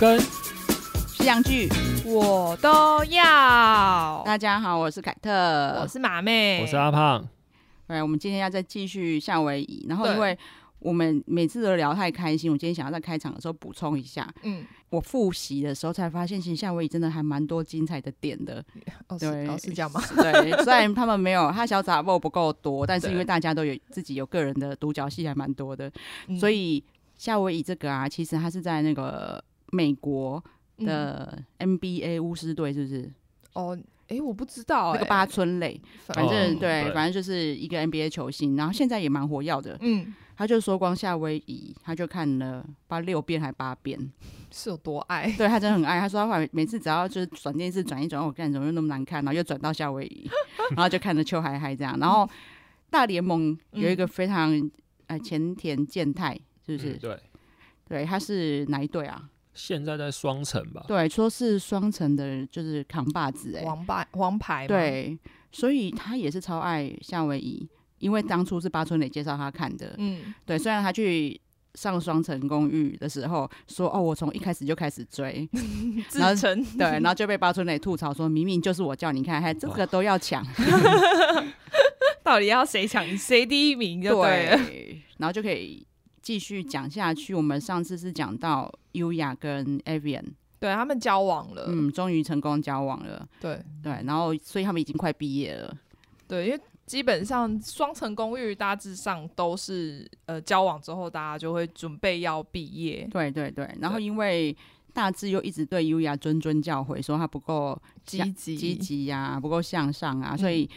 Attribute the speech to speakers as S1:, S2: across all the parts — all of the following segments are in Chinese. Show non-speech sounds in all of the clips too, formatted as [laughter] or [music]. S1: 跟
S2: 西洋剧。
S3: 我都要。
S2: 大家好，我是凯特，
S3: 我是马
S2: 哎
S3: 妹，
S1: 我是啊阿胖，
S2: 对，我们今天要再继续夏威夷，然后
S3: 对
S2: 因为我们每次都聊太开心，我今天想要在开场的时候补充一下，
S3: 嗯，
S2: 我复习的时候才发现，其实夏威夷真的还蛮多精彩的点
S3: [laughs]
S2: 的。
S3: 哦是
S2: 对
S3: 哦是这样
S2: [laughs]
S3: 吗？
S2: 对，虽然他们没有他小杂货不够多，但是
S3: 对
S2: 因为大家都有自己有个人的独角戏，还蛮多的。
S3: 嗯
S2: 所以夏威夷这个啊，其实它是在那个美国
S3: 嗯
S2: 的 NBA 巫师队，是不是？
S3: 哦，哎，我不知道
S2: 那个
S3: 哎，
S2: 八村垒，
S3: 反
S2: 反
S1: 哦
S2: 正、对，
S1: 对
S2: 反正就是一个 NBA 球星，然后现在也蛮活跃的。
S3: 嗯
S2: 他就说光夏威夷，他就看了八六遍还八遍，
S3: 是有多爱？
S2: 对他真的很爱。他说他每每次只要就是转电视转一转，我干怎么又那么难看，然后又转到夏威夷， [laughs] 然后就看了邱海海这样。然后大联盟
S3: 嗯
S2: 有一个非常、呃前田健太，是不是？
S1: 嗯对，
S2: 对，他是哪一队啊？
S1: 现在在双城吧，
S2: 对，说是双城的，就是扛把子哎、
S3: 王牌王牌吗，
S2: 对，所以他也是超爱夏威夷，因为当初是八村磊介绍他看的。
S3: 嗯，
S2: 对，虽然他去上双城公寓的时候说哦，我从一开始就开始追， [laughs]
S3: 自
S2: 然后 [laughs]
S3: 称
S2: 对，然后就被八村磊吐槽说，明明就是我叫你看，还这个都要抢，
S3: 到底要谁抢谁第一名就对了。
S2: 对， [laughs] 然后就可以继续讲下去。我们上次是讲到优雅跟 Avian，
S3: [laughs] 对他们交往了，
S2: 嗯，终于成功交往了，
S3: 对
S2: 对，然后所以他们已经快毕业了。
S3: 对，因为基本上双层公寓大致上都是呃交往之后大家就会准备要毕业，
S2: 对对对，然后
S3: 对
S2: 因为大志又一直对优雅谆谆教诲，说他不够
S3: 积极
S2: 积极呀，不够向上啊，
S3: 嗯
S2: 所以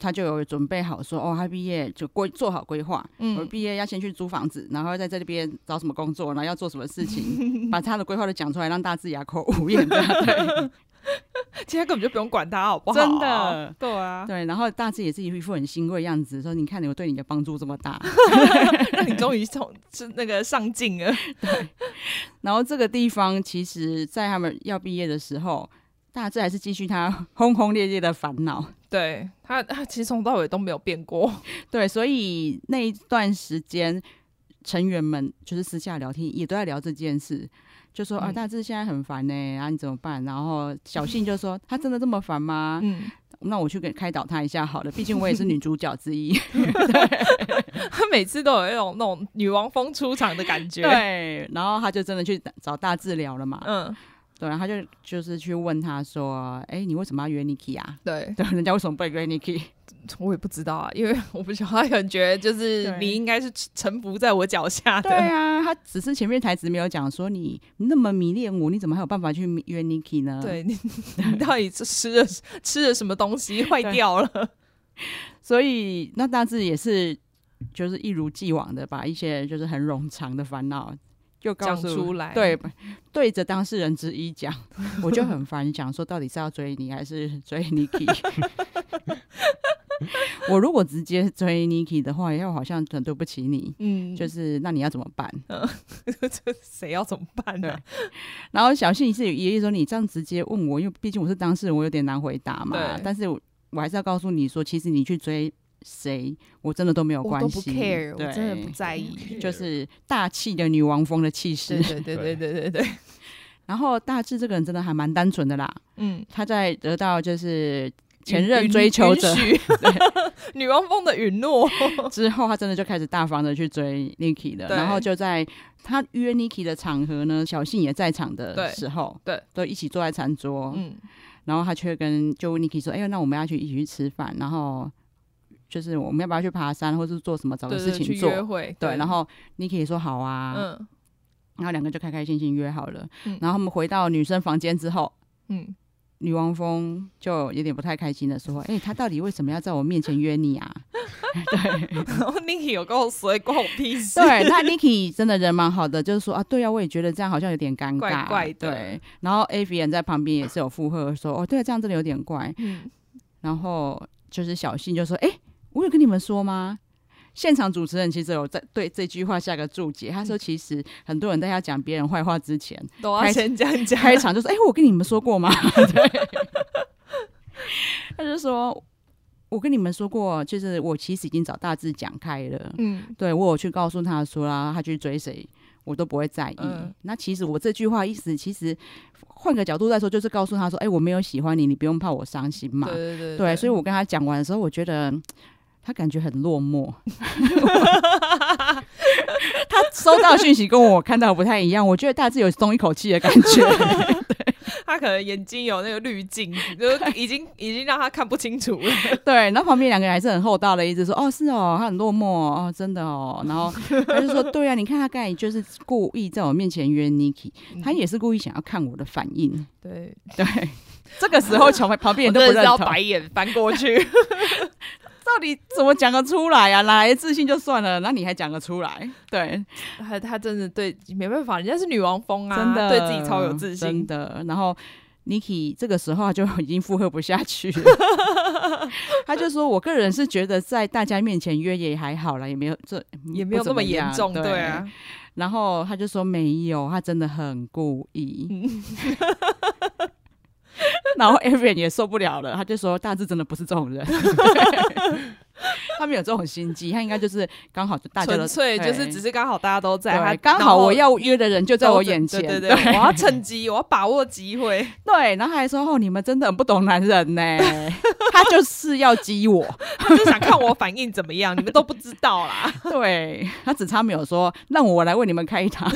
S2: 他就有准备好说，哦，他毕业就规做好规划，我
S3: 嗯
S2: 毕业要先去租房子，然后在这边找什么工作，然后要做什么事
S3: [laughs]
S2: 情，把他的规划都讲出来，让大志哑口无言这样。对
S3: 其实根本就不用管他好不好？
S2: 真的，
S3: 对啊，
S2: 对，然后大志也是一副很欣慰的样子，说你看我对你的帮助这么
S3: [laughs]
S2: 大，
S3: 那你终于从是那个上进了，
S2: 然后这个地方其实，在他们要毕业的时候，大致还是继续他轰轰烈烈的烦恼。
S3: [laughs] 对他，他其实从头到尾都没有变过，
S2: 对，所以那一段时间，成员们就是私下聊天，也都在聊这件事，就说、啊，
S3: 嗯
S2: 大志现在很烦呢、然、后你怎么办？然后小信就说，他真的这么烦吗？
S3: 嗯，
S2: 那我去给开导他一下好了，毕竟我也是女主角之一。
S3: 他每次都有一种那种女王风出场的感 [laughs] 觉，，
S2: 对，然后他就真的去找大志聊了嘛。
S3: 嗯，
S2: 对，然后他就就是去问他说，哎、你为什么要约 Niki 啊？
S3: 对，
S2: 对，人家为什么不约 Niki？
S3: 我也不知道啊，因为我不晓得，感觉就是
S2: 对
S3: 你应该是臣服在我脚下
S2: 对
S3: 的，
S2: 啊，他只是前面台词没有讲说你那么迷恋我，你怎么还有办法去约 Niki 呢？，
S3: 对你， [laughs] 你到底是吃了吃了什么东西坏掉了？
S2: 所以那大致也是就是一如既往的把一些就是很冗长的烦恼就告
S3: [laughs] 讲
S2: 诉
S3: 出来，
S2: 对，对着当事人之一讲， [laughs] 我就很烦，讲说到底是要追你还是追 Niki？我如果直接追 Niki 的话，又好像很对不起你，
S3: 嗯，
S2: 就
S3: 就是 [laughs]
S2: 是那你要怎么办？
S3: 谁要怎么办啊呢、
S2: 然后小信是爷爷说你这样直接问我，因为毕竟我是当事人，我有点难回答嘛
S3: 对。
S2: 但是我我还是要告诉你说，其实你去追谁，我真的都没有
S3: 我都
S2: 关
S3: 不
S2: 系。
S3: care，
S2: 对
S3: 我真的不在意。
S2: 就是大气的女王风的气
S3: 对
S2: 势。
S3: 对对对对对对，
S2: 然后大志这个人真的还蛮单纯的啦，
S3: 嗯，
S2: 他在得到就是前
S3: 允
S2: 任追求者嗯
S3: 允
S2: [laughs]
S3: 许 [laughs] 女王风的允诺，
S2: 之后，他真的就开始大方的去追 Niki 了。
S3: 对
S2: 然后就在他约 Niki 的场合呢，小信也在场
S3: 对
S2: 的时候，
S3: 对，
S2: 都一起坐在餐桌，
S3: 嗯，
S2: 然后他却跟就问 Niki 说：“哎、呦，那我们要去一起去吃饭，然后就是我们要不要去爬山，或是做什么找个
S3: 对
S2: 事
S3: 对，去
S2: 情做？”
S3: 约会，
S2: 对，然后 Niki 也说好啊，
S3: 嗯
S2: 然后两个就开开心心约好了。
S3: 嗯
S2: 然后他们回到女生房间之后，
S3: 嗯，
S2: 女王蜂就有点不太开心的
S3: [laughs]
S2: 说：“哎、他到底为什么要在我面前约你啊？”
S3: 然后 Niki 有跟我说关我屁事，
S2: 嗯对，那 Niki 真的人蛮好的，就是说啊，对啊，我也觉得这样好像有点尴尬，
S3: 怪怪的
S2: 对，然后 Avian 在旁边也是有附和说：“哦，对、啊，这样真的有点怪。”
S3: 嗯，
S2: 然后就是小信就说：“哎、我有跟你们说吗？”现场主持人其实有在对这句话下个注解，他说：“其实很多人在要讲别人坏话之前，
S3: 都要先这样讲，
S2: 开场就说：‘哎、我跟你们说过吗？’ [laughs] 对，他就说：‘我跟你们说过，就是我其实已经找大志讲开了，
S3: 嗯，
S2: 对我有去告诉他说啦，他去追谁，我都不会在意。
S3: 嗯
S2: 那其实我这句话意思，其实换个角度来说，就是告诉他说，哎、我没有喜欢你，你不用怕我伤心嘛。
S3: 对对对
S2: 对，所以我跟他讲完的时候，我觉得嗯他感觉很落寞。 [laughs] 他收到的讯息跟我看到的不太一样，我觉得大致有松一口气的感觉。 [laughs]
S3: 他可能眼睛有那个滤镜，就已经已经让他看不清楚
S2: [laughs]
S3: 了。
S2: 对，然后旁边两个人还是很厚道的，一直说：“哦，是哦，他很落寞哦，哦真的哦。”然后他就说：“对啊，你看他刚才就是故意在我面前约 Niki，他也是故意想要看我的反
S3: [laughs]
S2: 应。
S3: 嗯对，”
S2: 对，这个时候旁边旁边人
S3: 我
S2: 都不
S3: 真的
S2: 认
S3: 是要
S2: 同，
S3: 白眼翻过去。
S2: [laughs] 到底怎么讲得出来啊？哪来的自信就算了，那你还讲得出来？对，
S3: 他他真的对没办法，人家是女王风啊，
S2: 真的
S3: 对自己超有自
S2: 真
S3: 信。
S2: 的。然后 Niki 这个时候他就已经附和不下去了，
S3: [laughs]
S2: 他就说：“我个人是觉得在大家面前约也还好啦，也没有这
S3: 也没有
S2: 不
S3: 那
S2: 怎么
S3: 严
S2: 样
S3: 重，
S2: 对
S3: 对啊，。
S2: 然后他就说没有，他真的很故意。
S3: 嗯
S2: 然后 Evan 也受不了了，他就说大志真的不是这种人， [laughs] 他没有这种心机，他应该就是刚好就大家都
S3: 纯粹就是只
S2: 对
S3: 是刚好大家都在，他
S2: 对刚好我要约的人就
S3: 就
S2: 在我眼前，
S3: 对对对，我要趁机，我要把握
S2: [laughs]
S3: 机会。
S2: 对，然后还说哦，你们真的很不懂男人呢， [laughs] 他就是要激我，
S3: 他就想看我反应怎么样，你们都不知道啦。
S2: 对他只差没有说让我来为你们开一堂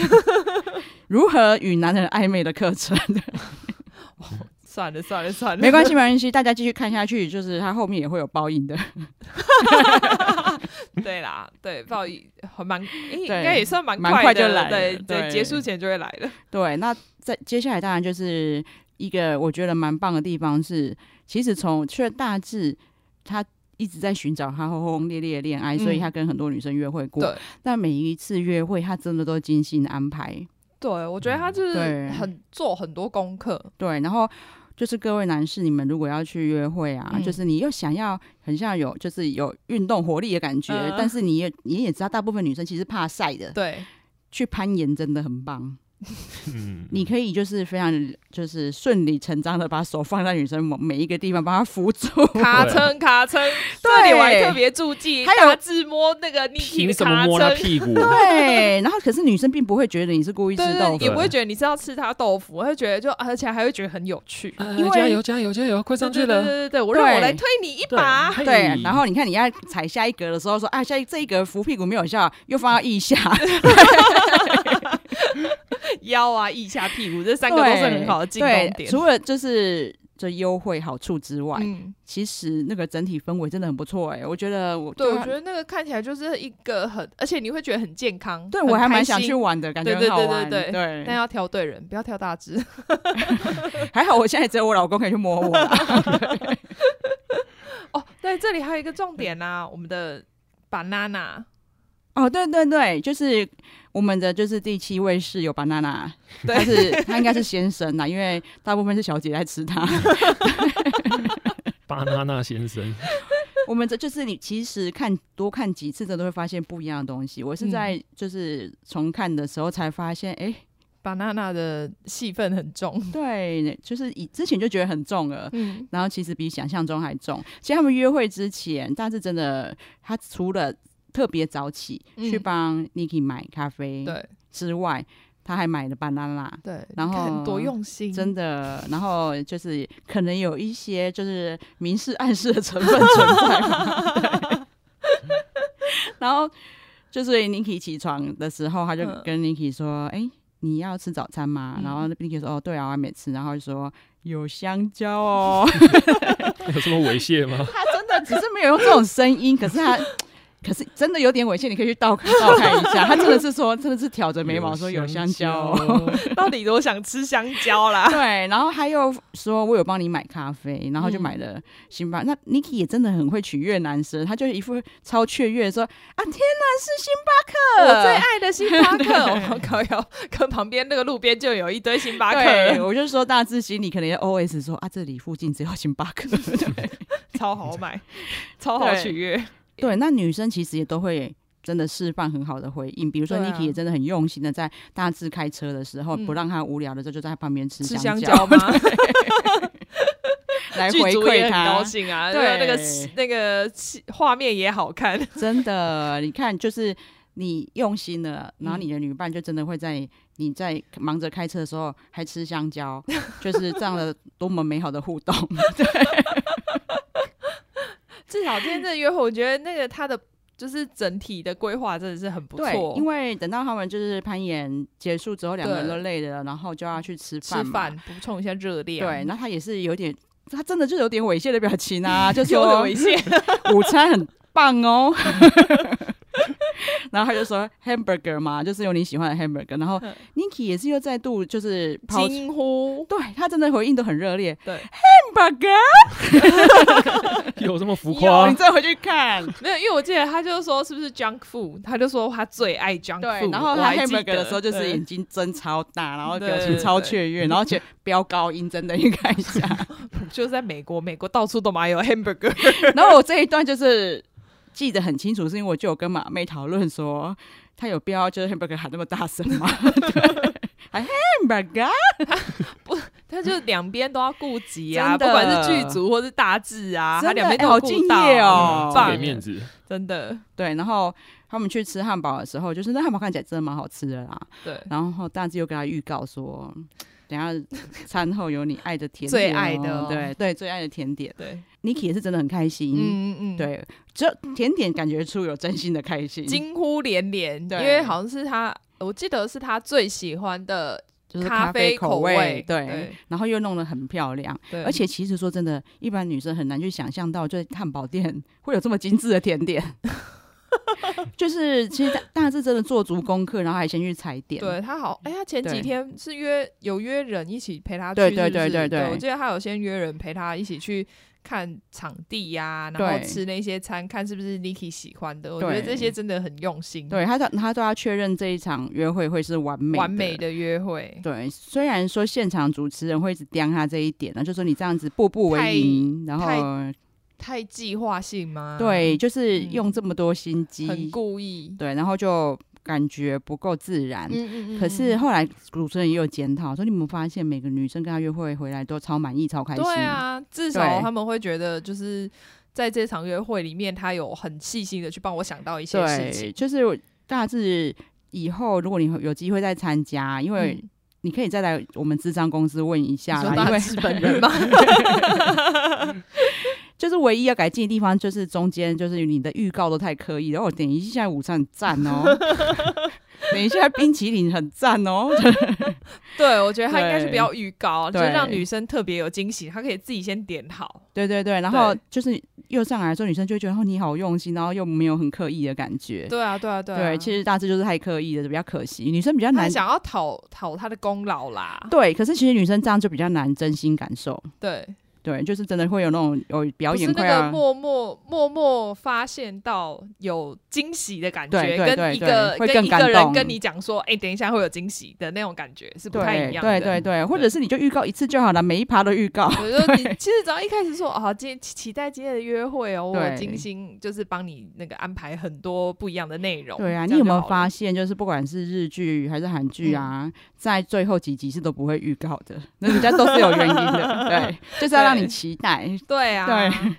S3: [laughs]
S2: 如何与男人暧昧的课
S3: [laughs]
S2: 程，
S3: 算了算了算了，
S2: 没关系没关系，大家继续看下去，就是他后面也会有报应的，
S3: 系。对啦，对，不好意思，蛮诶应
S2: 对
S3: 该也算蛮
S2: 蛮
S3: 快
S2: 快
S3: 的
S2: 就来了
S3: 对对，
S2: 对
S3: 结束前就会来了。
S2: 对，那在接下来当然就是一个我觉得蛮棒的地方是，其实从却大致他。一直在寻找他轰轰烈烈的恋爱，所以
S3: 嗯
S2: 他跟很多女生约会过。
S3: 对
S2: 但每一次约会，他真的都精心安排。
S3: 对，我觉得他就是
S2: 对
S3: 很做很多功课，
S2: 对，然后就是各位男士，你们如果要去约会啊，
S3: 嗯
S2: 就是你又想要很像有就是有运动活力的感觉，
S3: 嗯
S2: 但是你也你也知道，大部分女生其实怕晒的，
S3: 对，
S2: [laughs] 去攀岩真的很棒。
S1: 嗯，
S2: 你可以就是非常就是顺理成章的把手放在女生某每一个地方，把她扶住。
S3: 卡
S1: 对
S3: 称卡称，这
S2: 对
S3: 里我还特别注记，
S2: 还有
S3: 大致摸那个你
S1: 凭什么摸他屁股？
S2: 对，然后可是女生并不会觉得你是故意吃
S3: 对
S2: 豆
S3: 对，
S2: 腐
S3: 也，不会觉得你是要吃他豆腐，会觉得就而且还会觉得很有趣。
S1: 呃
S2: 因为
S1: 加油加油加油，
S2: [laughs]
S1: 快上去
S3: 对对
S1: 了！
S3: 对对，我让我
S2: 对
S3: 来推你一
S1: 对
S3: 把。
S1: 嘿
S2: 对，然后你看你要踩下一格的时候说啊，下一这一格扶屁股没有效，又放到腋下，
S3: [laughs] 腰啊、腋下、屁股，这三个都是很好的进
S2: 对
S3: 攻
S2: 对
S3: 点。
S2: 除了就是这优惠好处之外，
S3: 嗯，
S2: 其实那个整体氛围真的很不错哎、我觉得我
S3: 对，
S2: 就
S3: 我觉得那个看起来就是一个很，而且你会觉得很健康，
S2: 对
S3: 很
S2: 我还蛮
S3: 开
S2: 想
S3: 心
S2: 去。玩的，感觉
S3: 对对
S2: 很好
S3: 对
S2: 玩。
S3: 对对
S2: 对
S3: 但要挑对人，不要挑大只。
S2: 还好我现在只有我老公可以去摸我啊
S3: [laughs]
S2: 啦。
S3: [laughs] 哦，对，这里还有一个重点啊，我们的 banana，
S2: 哦，对对对，就是我们的就是第七位室友 banana，
S3: 对
S2: 但是他应该是先生啦，因为大部分是小姐在吃
S3: [laughs]
S2: 他。
S1: 巴娜娜先生， [laughs]
S2: 我们这就是你其实看多看几次，真的会发现不一样的东西。我
S3: 嗯
S2: 是在就是重看的时候才发现，哎、
S3: banana 的戏份很重。
S2: 对，就是以之前就觉得很重了，
S3: 嗯，
S2: 然后其实比想象中还重。其实他们约会之前，但是真的，他除了特别早起、
S3: 嗯
S2: 去帮 Niki 买咖啡
S3: 对
S2: 之外，他还买了 banana，
S3: 对，
S2: 然
S3: 你看
S2: 后
S3: 多用心，
S2: 真的。
S3: 嗯
S2: 然后就是可能有一些就是明示暗示的成分存在嘛。对然后就是 Niki 起床的时候，他就
S3: 嗯
S2: 跟 Niki 说：“哎、你要吃早餐吗？”
S3: 嗯
S2: 然后 Niki 说：“哦，对啊，我还没吃。”然后就说。有香蕉哦，
S3: [laughs]
S1: 有什么猥亵吗？
S2: 他真的只是没有用这种声音，可是他。可是真的有点猥亵，你可以去倒倒看一下。他真的是说，真的是挑着眉毛说有香蕉、哦，
S1: 哦，
S3: [laughs] 到底多想吃香蕉啦？
S2: 对。然后他又说，我有帮你买咖啡，然后就买
S3: 嗯
S2: 了星巴克。那 Niki 也真的很会取悦男生，他就一副超雀跃说：“啊，天哪，
S3: [laughs]
S2: 是星巴克！
S3: 我最爱的星巴克， [laughs] 我靠要跟旁边那个路边就有一堆星巴克
S2: 对，
S3: 了，
S2: 我就说大致心里可能也 OS 说啊，这里附近只有星
S3: [laughs]
S2: 巴克。对
S3: 超好 [laughs] 买，超好
S2: 对
S3: 取悦。
S2: 对，那女生其实也都会真的示范很好的回应，比如说
S3: 对啊
S2: Niki 也真的很用心的在大致开车的时候，
S3: 嗯
S2: 不让他无聊的时候就在他旁边吃
S3: 吃
S2: 香
S3: 香蕉吗？
S2: [laughs] 来
S3: 剧
S2: 回
S3: 组也
S2: 馈
S3: 很高
S2: 他。
S3: 兴啊，
S2: 对
S3: 那个那个戏画面也好看，
S2: 真的，你看就是。你用心了，然后
S3: 嗯
S2: 你的女伴就真的会在你在忙着开车的时候还吃香蕉，就是这样的多么美好的互动。
S3: [laughs] 至少今天这个约会，我觉得那个他的就是整体的规划真的是很不
S2: 对
S3: 错，，
S2: 因
S3: 为
S2: 为等到他们就是攀岩结束之后，两个人
S3: 对
S2: 都累了，然后就要去吃
S3: 吃
S2: 饭嘛。
S3: 饭补充一下热量，
S2: 对，，那他也是有点，他真的就有点猥亵的表情啊，就
S3: [laughs] 有
S2: 说
S3: 的猥亵，
S2: [laughs] 午餐很棒哦。然后他就说 hamburger 嘛，就是有你喜欢的 hamburger。然后
S3: 嗯
S2: Niki 也是又再度就是抛出，[laughs]
S3: 惊呼，
S2: 对他真的回应都很热烈。
S3: 对，
S2: hamburger，
S1: [laughs] 有这么浮
S2: 你 [laughs]
S1: 夸？嗯
S2: 再回去看。
S3: 没有，因为我记得他就说是不是 junk food，他就说他最爱 junk
S2: 对，
S3: food，
S2: 然后
S3: 我
S2: 他
S3: 还记
S2: hamburger 的时候就是
S3: 对
S2: 眼睛睁超大，然后
S3: 对
S2: 表情
S3: 对
S2: 超
S3: 对
S2: 雀跃，然后且飙高音，真的你看一下。 [laughs]
S3: 就是在美国，美国到处都买有 hamburger，
S2: 然后我这一段就是记得很清楚，是因为我就有跟马妹讨论说，她有必要就是 hamburger 喊那么大声 [laughs] 吗？对，还 hamburger，
S3: [laughs] 他就两边都要顾及啊，不
S2: 真的
S3: 管是剧组或是大致啊，他
S2: 真的
S3: 两边都
S2: 哎好
S3: 有顾
S2: 敬
S3: 到，
S2: 业哦
S1: 嗯
S3: 很
S1: 这给
S3: 棒，
S1: 面子，
S3: 真的，
S2: 对，然后他们去吃汉堡的时候，就是那汉堡看起来真的蛮好吃的啦。
S3: 对，
S2: 然后大志又跟他预告说，等一下餐后有你爱的甜点、
S3: 最爱的哦
S2: 对对，最爱的甜点。
S3: 对，
S2: Niki 也是真的很开心，
S3: 嗯嗯嗯，。
S2: 对，这甜点感觉出有真心的开心，
S3: 惊呼连连，因
S2: 对
S3: 为好像是他，我记得是他最喜欢的
S2: 就是
S3: 咖
S2: 啡
S3: 口
S2: 味，对，
S3: 对
S2: 然后又弄得很漂亮。
S3: 对，
S2: 而且其实说真的，一般女生很难去想象到，就是汉堡店 [laughs] 会有这么精致的甜点。 [laughs] 就是其实大大致真的做足功课，然后还先去踩点。
S3: 对他好，哎，他前几
S2: 对
S3: 天是约有约人一起陪他去，
S2: 对
S3: 是不是
S2: 对对对对
S3: 我记得他有先约人陪他一起去看场地呀，然后
S2: 对
S3: 吃那些餐，看是不是 Niki 喜欢的。我觉得
S2: 对
S3: 这些真的很用心，
S2: 对，他都他都要确认这一场约会会是完美
S3: 完美
S2: 的。
S3: 的约会，
S2: 对，虽然说现场主持人会一直刁他这一点啊呢，就说你这样子步步
S3: 太
S2: 为营，然
S3: 太
S2: 后
S3: 太计划性吗？
S2: 对，，就是
S3: 嗯
S2: 用这么多心机，
S3: 很故意。
S2: 对，然后就感觉不够自然。
S3: 嗯
S2: 可是后来主持人也有检讨，说你们发现每个女生跟他约会回来都超满意、超开心。
S3: 对啊，至少
S2: 对
S3: 他们会觉得就是在这场约会里面，他有很细心的去帮我想到一些事情。
S2: 对，就是我大致以后如果你有机会再参加，因为
S3: 嗯
S2: 你可以再来我们智商公司问一下
S3: 你说
S2: 啦，因
S3: 大
S2: 为
S3: 资本人吗？
S2: 就是唯一要改进的地方就是中间就是你的预告都太刻意了，哦，点一下午餐很赞 [laughs] 哦，等一下冰淇淋很赞 [laughs] 哦，
S3: [laughs] 对，我觉得他应
S2: 对
S3: 该是不要预告，就是
S2: 对
S3: 让女生特别有惊喜，她可以自己先点好。
S2: 对对对，然后
S3: 对
S2: 就是又上来的时候，女生就会觉得哦你好用心，然后又没有很刻意的感觉。
S3: 对啊，对啊，对啊。
S2: 对，其实大致就是太刻意了，比较可惜。女生比较
S3: 他
S2: 难，
S3: 想要讨讨他的功劳啦。
S2: 对，可是其实女生这样就比较难真心感受。
S3: 对，
S2: 对，就是真的会有那种有表
S3: 不是
S2: 演
S3: 那
S2: 快啊
S3: 个
S2: 要
S3: 默默默默发现到有惊喜的感觉，
S2: 对对
S3: 跟
S2: 对
S3: 一个
S2: 对会
S3: 跟
S2: 更
S3: 一
S2: 感
S3: 个人
S2: 动
S3: 跟你讲说，哎，等一下会有惊喜的那种感觉是不太
S2: 对
S3: 一样的。
S2: 对对对，或者是你就预告一次就好了，每一趴都预告。
S3: 我就你其实只要一开始说啊，今天期期待今天的约会哦，我
S2: 对
S3: 精心就是帮你那个安排很多不一样的内容。
S2: 对啊，
S3: 这
S2: 你
S3: 样
S2: 有
S3: 就
S2: 没有
S3: 好了嗯
S2: 发？现，就是不管是日剧还是韩剧啊，在最后几集是都不会预告的，那人家都是有原因的。
S3: [laughs]
S2: 对，就是要让你
S3: 对
S2: 期待。
S3: 对啊，
S2: 对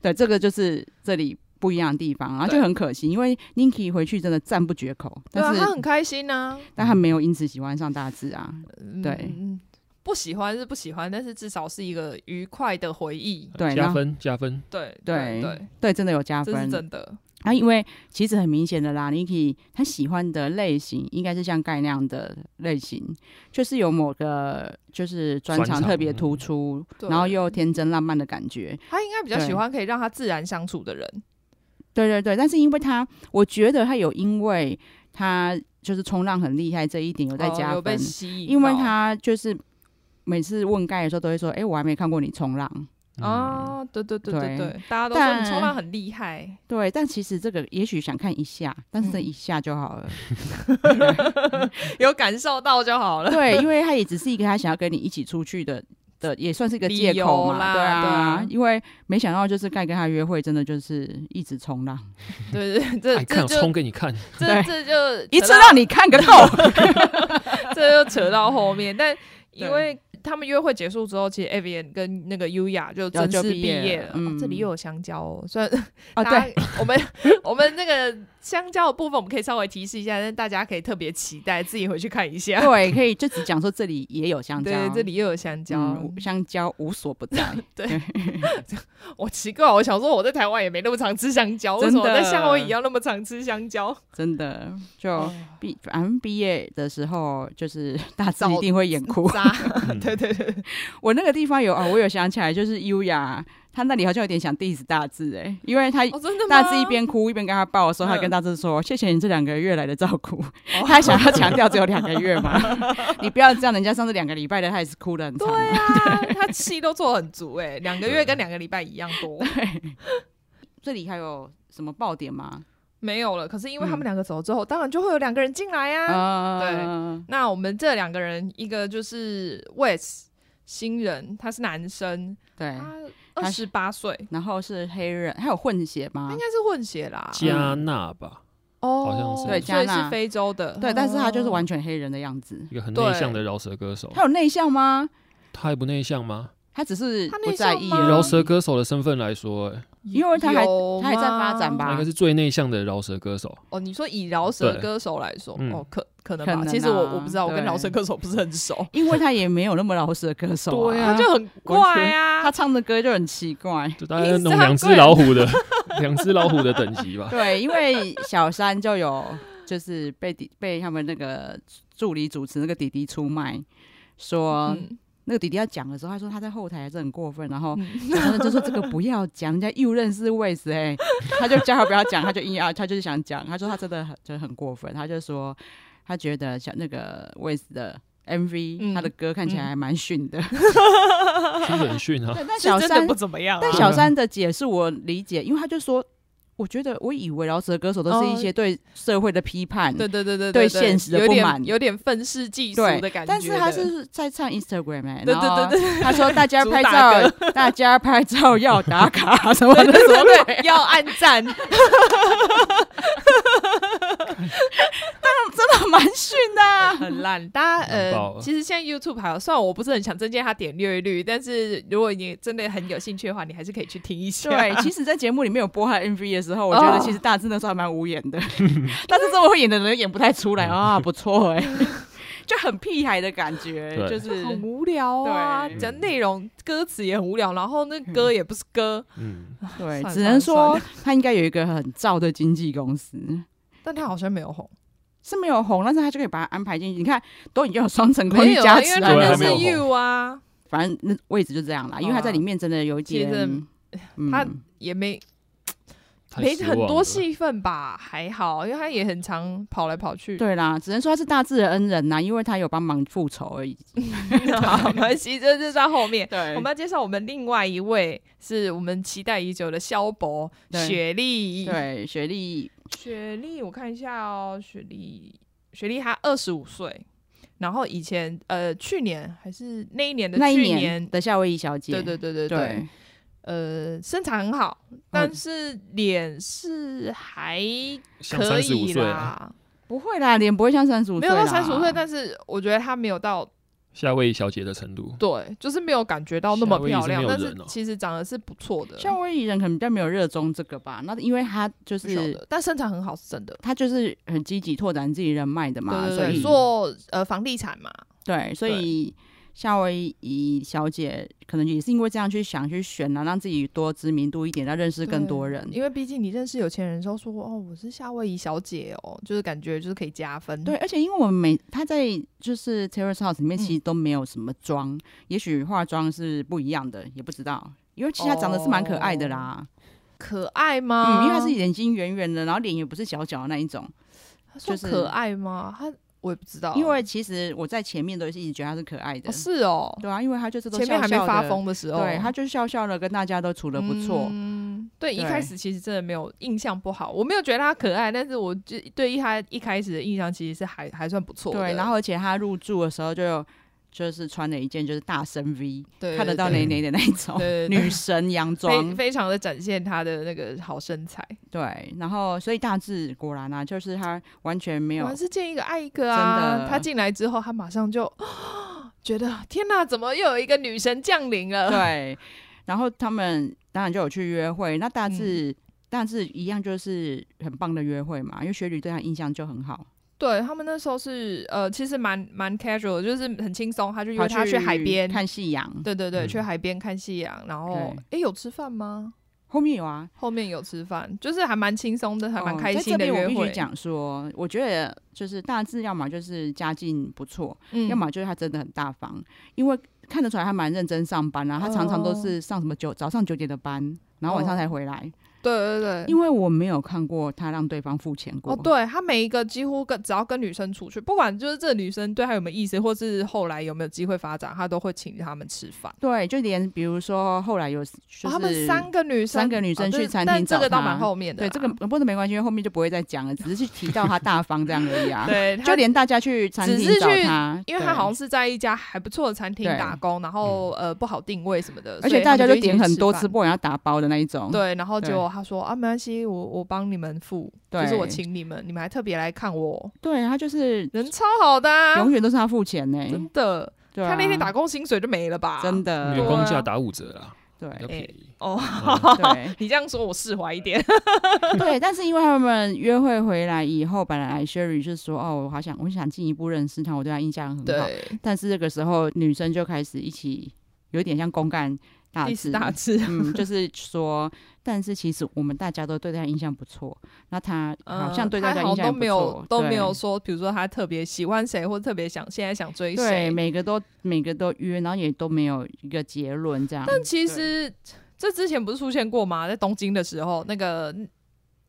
S2: 对，这个就是这里不一样的地方，啊然后
S3: 对
S2: 就很可惜，因为 Niki 回去真的赞不绝口，
S3: 对啊，
S2: 但是、
S3: 他很开心呐、
S2: 但他没有因此喜欢上大志啊，
S3: 嗯
S2: 对
S3: 嗯不喜欢是不喜欢，但是至少是一个愉快的回忆。
S2: 对，然
S1: 加
S2: 后
S1: 分加分，
S3: 对
S2: 对
S3: 对，
S2: 对，真的有加
S3: 这是
S2: 分。
S3: 真的。
S2: 啊，因为其实很明显的啦，Niki 他喜欢的类型应该是像盖那样的类型，就是有某个就是专
S1: 专
S2: 长
S1: 长
S2: 特别突出，
S3: 对
S2: 然后又天真浪漫的感觉。
S3: 他应该比较
S2: 对
S3: 喜欢可以让他自然相处的人。
S2: 对对对，但是因为他，我觉得他有因为他就是冲浪很厉害这一点有在
S3: 哦
S2: 加
S3: 有
S2: 分，
S3: 被吸引到，
S2: 因为他就是每次问盖的时候都会说：“哎、我还没看过你冲浪。
S1: 嗯，
S2: 哦
S3: 啊，对对对对
S2: 对
S3: 对，大家都说你
S2: 但
S3: 冲浪很厉害，”
S2: 对，但其实这个也许想看一下，但是这
S3: 嗯
S2: 一下就好了。
S3: 有感受到就好
S2: [laughs]
S3: [laughs] 了。
S2: 对，因为他也只是一个他想要跟你一起出去的的，也算是一个
S3: 理
S2: 借口
S3: 由
S2: 嘛。
S3: 啦
S2: 对
S3: 对
S2: 啊
S3: 啊，
S2: 因为没想到就是盖跟他约会，真的就是一直冲浪，
S3: 对对，
S1: 爱
S3: 对这
S1: 哎看
S3: 这
S1: 我
S3: 就
S1: 冲给你看，
S3: 这
S2: 对
S3: 这就
S2: 一
S3: 扯
S2: 次
S3: 到 [laughs]
S2: 让你看个透。
S3: 这又扯到后面，但因
S2: 对
S3: 为他们约会结束之后，其实 Avian 跟那个优雅就
S2: 然后
S3: 正
S2: 就
S3: 式
S2: 毕业
S3: 业
S2: 了
S3: 了。
S2: 嗯
S3: 哦这里又有香蕉哦，虽然
S2: 啊，
S3: 大
S2: 对，
S3: 家，
S2: [laughs]
S3: 我们我们那个香蕉的部分，我们可以稍微提示一下，但大家可以特别期待，自己回去看一下。
S2: 对，可以就只讲说这里也有香蕉，
S3: 对，这里又有香蕉，
S2: 嗯无香蕉无所不
S3: [laughs]
S2: 在，
S3: 我奇怪，我想说我在台湾也没那么常吃香蕉，为
S2: 真
S3: 什
S2: 的
S3: 么我在夏威夷要那么常吃香蕉？
S2: 真的就
S3: 哦
S2: 毕反正毕业的时候，
S3: [laughs]
S2: 就是大致一
S3: 早
S2: 定会眼 [laughs] 哭。
S3: 渣，
S1: 嗯
S3: 对对对，
S2: 我那个地方有啊、我有想起来，就是优雅，他那里好像有点想 diss 大志哎、因为他。
S3: 哦，真的吗？嗯
S2: 大志一边哭一边跟他抱的时候，他还跟大志说：“谢谢你这两个月来的照顾。
S3: 哦
S2: [laughs] 他想要强调只有两个月
S3: [laughs]
S2: 嘛，你不要这样，人家上次两个礼拜的他也是哭的很惨
S3: 对
S2: 啊、 [laughs]
S3: 啊，他戏都做得很足哎、两个月跟两个礼拜一样多，
S2: 这里还有什么爆点吗？
S3: 没有了。可是因为他
S2: 嗯
S3: 们两个走之后，当然就会有两个人进来啊。
S2: 呃，
S3: 那我们这两个人，一个就是 Wes 新人，他是男生，
S2: 对对。
S3: 他
S2: 他
S3: 二
S2: 是
S3: 十八岁，
S2: 然后是黑人，还有混血
S3: 他
S2: 吗
S3: 应？该是混血啦。
S1: 加纳吧，
S3: 哦，
S1: 好像是
S2: 对
S3: 所以
S2: 加纳
S3: 是非洲的。
S2: 对，但是他就是
S3: 哦
S2: 完全黑人的样子。
S1: 一个很
S3: 对
S1: 内向的饶舌
S3: 哦
S1: 歌手
S2: 他。有内向吗？
S1: 他还不内向吗？
S2: 他只是
S3: 他
S2: 不
S3: 内
S2: 在
S3: 向
S2: 意
S1: 以
S3: 吗
S2: 而已。
S1: 饶舌歌手的身份来说，哎
S2: 因为他还
S3: 有
S2: 他还在发展吧
S1: 他应该是最内向的饶舌歌手。
S3: 哦，你说以饶舌
S1: 对
S3: 歌手来说，
S1: 嗯
S3: 哦，可可能
S2: 可
S3: 吧。
S2: 能
S3: 其实我
S2: 啊
S3: 我不知道，我跟
S2: 对
S3: 饶舌歌手不是很熟，
S2: 因为他也没有那么老实的歌手、
S1: 对啊
S3: 他就很怪
S2: 他
S3: 啊。
S2: 唱的歌就很奇怪。
S1: 就大概弄两只老虎的， [laughs] 两只老虎的等级
S3: [laughs]
S1: 吧。
S2: 对，因为小三就有就是被弟被他们那个助理主持那个弟弟出卖，说、
S3: 嗯
S2: 那个弟弟要讲的时候，他说他在后台还是很过分，然后
S3: 嗯
S2: 小三就说这个不要讲，人家又认识魏子哎，他就叫他不要讲，他就硬要，他就是想讲，他说他真的很就很过分，他就说他觉得小那个魏子的 MV、
S3: 嗯
S2: 他的歌看起来还蛮逊的，
S1: 是
S3: 嗯
S1: 很逊啊，
S2: 对，但
S3: 是
S2: 小
S3: 真的
S2: 三
S3: 不怎么样啊。
S2: 但小三的解释我理解，因为他就说，我觉得我以为饶舌歌手都是一些对社会的批
S1: 嗯
S2: 判，
S3: 哦对对对对
S2: 对
S3: 对，
S2: 现实的
S3: 有
S2: 不
S3: 点
S2: 满
S3: 有点愤世嫉俗
S2: 对
S3: 的感觉的。
S2: 但是他是在唱 Instagram 哎、欸，
S3: 对对对对
S2: 对，他说大家
S3: 主
S2: 拍
S3: 打
S2: 照，大家拍
S3: [laughs]
S2: 照要打卡什么的，什么的，
S3: 对要暗
S2: [laughs]
S3: 赞，
S2: 真的蛮逊的啊。
S3: 很烂。大家
S1: 很爆
S3: 呃，
S1: 啊
S3: 其实现在 YouTube 还有，虽然我不是很想增加它点阅率，但是如果你真的很有兴趣的话，你还是可以去听一下。
S2: 对，啊欸其实，在节目里面有播他的 MV 的时候，我觉
S3: 哦
S2: 得其实大致那时候还蛮无言
S3: [laughs]
S2: 的，但是这么会演的人演不太出来啊，不错
S3: [laughs]
S2: 哎、就很屁孩的感觉，
S1: 对
S2: 就是
S3: 很无聊啊，
S2: 对
S3: 你讲内容歌词也很无聊，然后那歌也不是歌，
S1: 嗯，
S2: 对，
S3: 算
S2: 只
S3: 算
S2: 能
S3: 算
S2: 说他应该有一个很燥的经纪公司，
S3: 但他好像没有红，
S2: 是没有红，但是他就可以把它安排进去。你看，都已经有双层关
S3: 没
S2: 系
S3: 有
S2: 加
S3: 啊，因为
S2: 持
S3: 他
S1: 对
S2: 了
S1: 还
S3: 认
S1: 没
S3: 识
S1: 有
S2: 呢，
S1: 红
S3: You 啊，
S2: 反正那位置就这样啦，因为他在里面真的有一
S3: 哦其实
S2: 点，嗯
S3: 他也没
S1: 太
S3: 没
S1: 失
S3: 很
S1: 望
S3: 多
S1: 了
S3: 戏份吧，还好，因为他也很常跑来跑去。
S2: 对啦，只能说他是大致的恩人呐，因为他有帮忙复仇而已。
S3: [laughs] 好，没关系，这就在后面。
S2: 对
S3: 我们要介绍我们另外一位，是我们期待已久的萧伯
S2: 对
S3: 雪莉。，
S2: 对雪莉，
S3: 雪莉，我看一下哦，雪莉，雪莉她二十五岁，然后以前呃去年还是那一年的
S2: 那一
S3: 去
S2: 年的夏威夷小姐，
S3: 对对对对对，
S2: 对嗯
S3: 呃，身材很好，但是脸是还
S1: 像
S3: 可
S1: 三十五
S3: 以
S1: 岁啊，
S3: 啦，
S2: 不会啦，脸不会像三十五
S3: 没
S2: 岁
S3: 有
S2: 啦，
S3: 到三十五岁，但是我觉得她没有到
S1: 夏威夷小姐的程度。
S3: 对，就是没有感觉到那么漂
S1: 夏威夷是
S3: 亮，
S1: 没有
S3: 但是
S1: 人哦
S3: 其实长得是不错的，
S2: 夏威夷人可能比较没有热衷这个吧。那因为他就
S3: 不晓
S2: 是
S3: 得但身材很好是真的。
S2: 他就是很积极拓展自己人脉的嘛，
S3: 对
S2: 所
S3: 对
S2: 以
S3: 对，做呃房地产嘛，
S2: 对，所以夏威夷小姐可能也是因为这样去想去选啊，让自己多知名度一点，要认识更多人。
S3: 因为毕竟你认识有钱人的时候说哦，我是夏威夷小姐哦，就是感觉就是可以加分。
S2: 对，，而且因为我们每她在就是 Terrace House 里面，
S3: 嗯
S2: 其实都没有什么妆，也许化妆是不一样的，也不知道。因为其实她长得是蛮可爱的啦，
S3: 可爱
S2: 嗯，
S3: 吗？
S2: 因为她是眼睛圆圆的，然后脸也不是小小的那一种。
S3: 他算
S2: 就是
S3: 可爱吗？他我也不知道，
S2: 因为其实我在前面都是一直觉得她是可爱的，
S3: 哦是哦，
S2: 对啊，因为她就是都
S3: 前面还没
S2: 笑笑
S3: 发
S2: 的，
S3: 疯的时候，
S2: 对，她就笑笑的跟大家都处的不错，
S3: 嗯，对，一
S2: 对
S3: 开始其实真的没有印象不好，我没有觉得他可爱，但是我就对一他一开始的印象其实是还还算不错的。
S2: 对，然后而且他入住的时候就有就是穿了一件就是大深 V，
S3: 对
S2: 看得到
S3: 对
S2: 蕾蕾的那一种 [laughs]
S3: 对对对
S2: 女神洋
S3: 非
S2: 装。
S3: 非常的展现他的那个好身材，
S2: 对，然后所以大致果然啊，就是他完全没
S3: 我
S2: 有
S3: 们是见一个爱一个
S2: 真
S3: 啊
S2: 的！
S3: 他进来之后，他马上就。觉得天哪，怎么又有一个女神降临了？
S2: 对，然后他们当然就有去约会，那大致、
S3: 嗯
S2: 大致一样就是很棒的约会嘛，因为雪女对他印象就很好，
S3: 对他们那时候是呃，其实蛮蛮 casual，的就是很轻松，他就约
S2: 跑
S3: 他去海边，
S2: 看夕阳，
S3: 对对对，
S1: 嗯
S3: 去海边看夕阳，然后诶，有吃饭吗？
S2: 后面有啊，
S3: 后面有吃饭，就是还蛮轻松的，还蛮
S2: 哦
S3: 开
S2: 在这
S3: 心的
S2: 边
S3: 约
S2: 我必
S3: 会
S2: 须。讲说，我觉得就是大致要么就是家境不错，
S3: 嗯
S2: 要么就是他真的很大方，因为看得出来他蛮认真上班啊，他常常都
S3: 哦
S2: 是上什么九早上九点的班，然后晚上
S3: 哦
S2: 才回来。
S3: 对对对，
S2: 因为我没有看过他让对方付钱过。
S3: 哦，对他每一个几乎跟只要跟女生出去，不管就是这个女生对他有没有意思，或是后来有没有机会发展，他都会请他们吃饭。
S2: 对就连比如说后来有就是、
S3: 哦他们三个女生，
S2: 三个女生
S3: 哦
S2: 去
S3: 这
S2: 餐
S3: 但
S2: 厅
S3: 这
S2: 找
S3: 个倒
S2: 他
S3: 蛮后面的
S2: 对
S3: 啦。
S2: 这个不过没关系，因为后面就不会再讲了，只是去提到他大方这样而已啊。
S3: [laughs] 对，
S2: 就
S3: 他
S2: 连大家去餐
S3: 只
S2: 厅
S3: 是
S2: 找
S3: 去
S2: 他，
S3: 因为
S2: 对
S3: 他好像是在一家还不错的餐厅
S2: 对嗯
S3: 打工，然后呃不好定位什么的，
S2: 而
S3: 所
S2: 且
S3: 以
S2: 大
S3: 他
S2: 家
S3: 们
S2: 就
S3: 一起
S2: 点
S3: 去
S2: 很多
S3: 吃
S2: 吃，不完要打包的那一种。
S3: 对，然后结
S2: 对
S3: 果他说啊没关系，我我帮你们付，就
S2: 对，
S3: 是我请你们，你们还特别来看我，
S2: 对他就是
S3: 人超好的啊，
S2: 永远都是他付钱呢、
S3: 真的，
S2: 哎对啊、
S3: 他那天打工薪水就没了吧，
S2: 真的
S3: 的
S1: 员
S3: 有
S1: 工价打五折啦，
S2: 对
S1: 比较便宜。
S3: 啊哦。
S1: 嗯
S3: [laughs]
S2: 对
S3: 你这样说，我释怀一点。 [laughs]
S2: 对，但是因为他们约会回来以后，本来 Sherry 是说哦，我好想我想进一步认识他，我对他印象很好。
S3: [laughs] 对，
S2: 但是这个时候女生就开始一起有点像公干大
S3: 第
S2: 致
S3: 四大致，
S2: 嗯，就是说，但是其实我们大家都对他印象不错，那他好像
S3: 嗯
S2: 对
S3: 他
S2: 大家
S3: 好
S2: 印
S3: 像
S2: 象也
S3: 都
S2: 不
S3: 没有
S2: 错，
S3: 都没
S2: 对
S3: 有说，比如说他特别喜欢谁，或特别想现在想追
S2: 对，
S3: 谁。
S2: 每个都每个都约，然后也都没有一个结论这样。
S3: 但其实这之前不是出现过吗？在东京的时候，那个，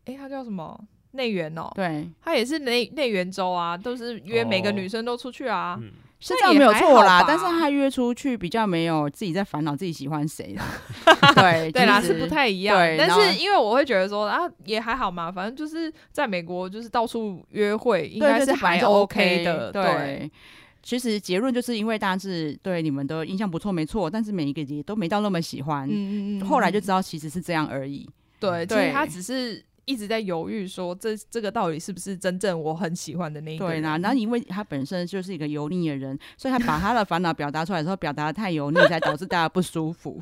S3: 诶，他叫什么内援哦，
S2: 对，
S3: 他也是内内援州啊，都是约每个
S1: 哦
S3: 女生都出去啊。
S1: 嗯，
S2: 是
S3: 那
S2: 这样
S3: 也
S2: 没有
S3: 还
S2: 错
S3: 好
S2: 啦
S3: 吧，
S2: 但是他约出去比较没有自己在烦恼自己喜欢谁
S3: [laughs]
S2: 啦。对
S3: 对啦，
S2: 其
S3: 是
S2: 实
S3: 不太一样
S2: 对。
S3: 但
S2: 然后
S3: 是因为我会觉得说啊，也还好嘛，反正就是在美国，就是到处约会，应
S2: 对
S3: 该
S2: 对
S3: 是
S2: 这反
S3: 还
S2: 正
S3: OK
S2: OK
S3: 的。
S2: 对。其实结论就是因为大致对你们的印象不错，没错，但是每一个也都没到那么喜欢，
S3: 嗯嗯嗯。
S2: 后来就
S3: 嗯
S2: 知道其实是这样而已。
S3: 对，其实
S2: 对
S3: 他只是一直在犹豫说这这个到底是不是真正我很喜欢的那一个
S2: 对
S3: 人。
S2: 啦，然后因为他本身就是一个油腻的人，所以他把他的烦恼表达出来的时候，表达的太油腻，才导致大家不舒服。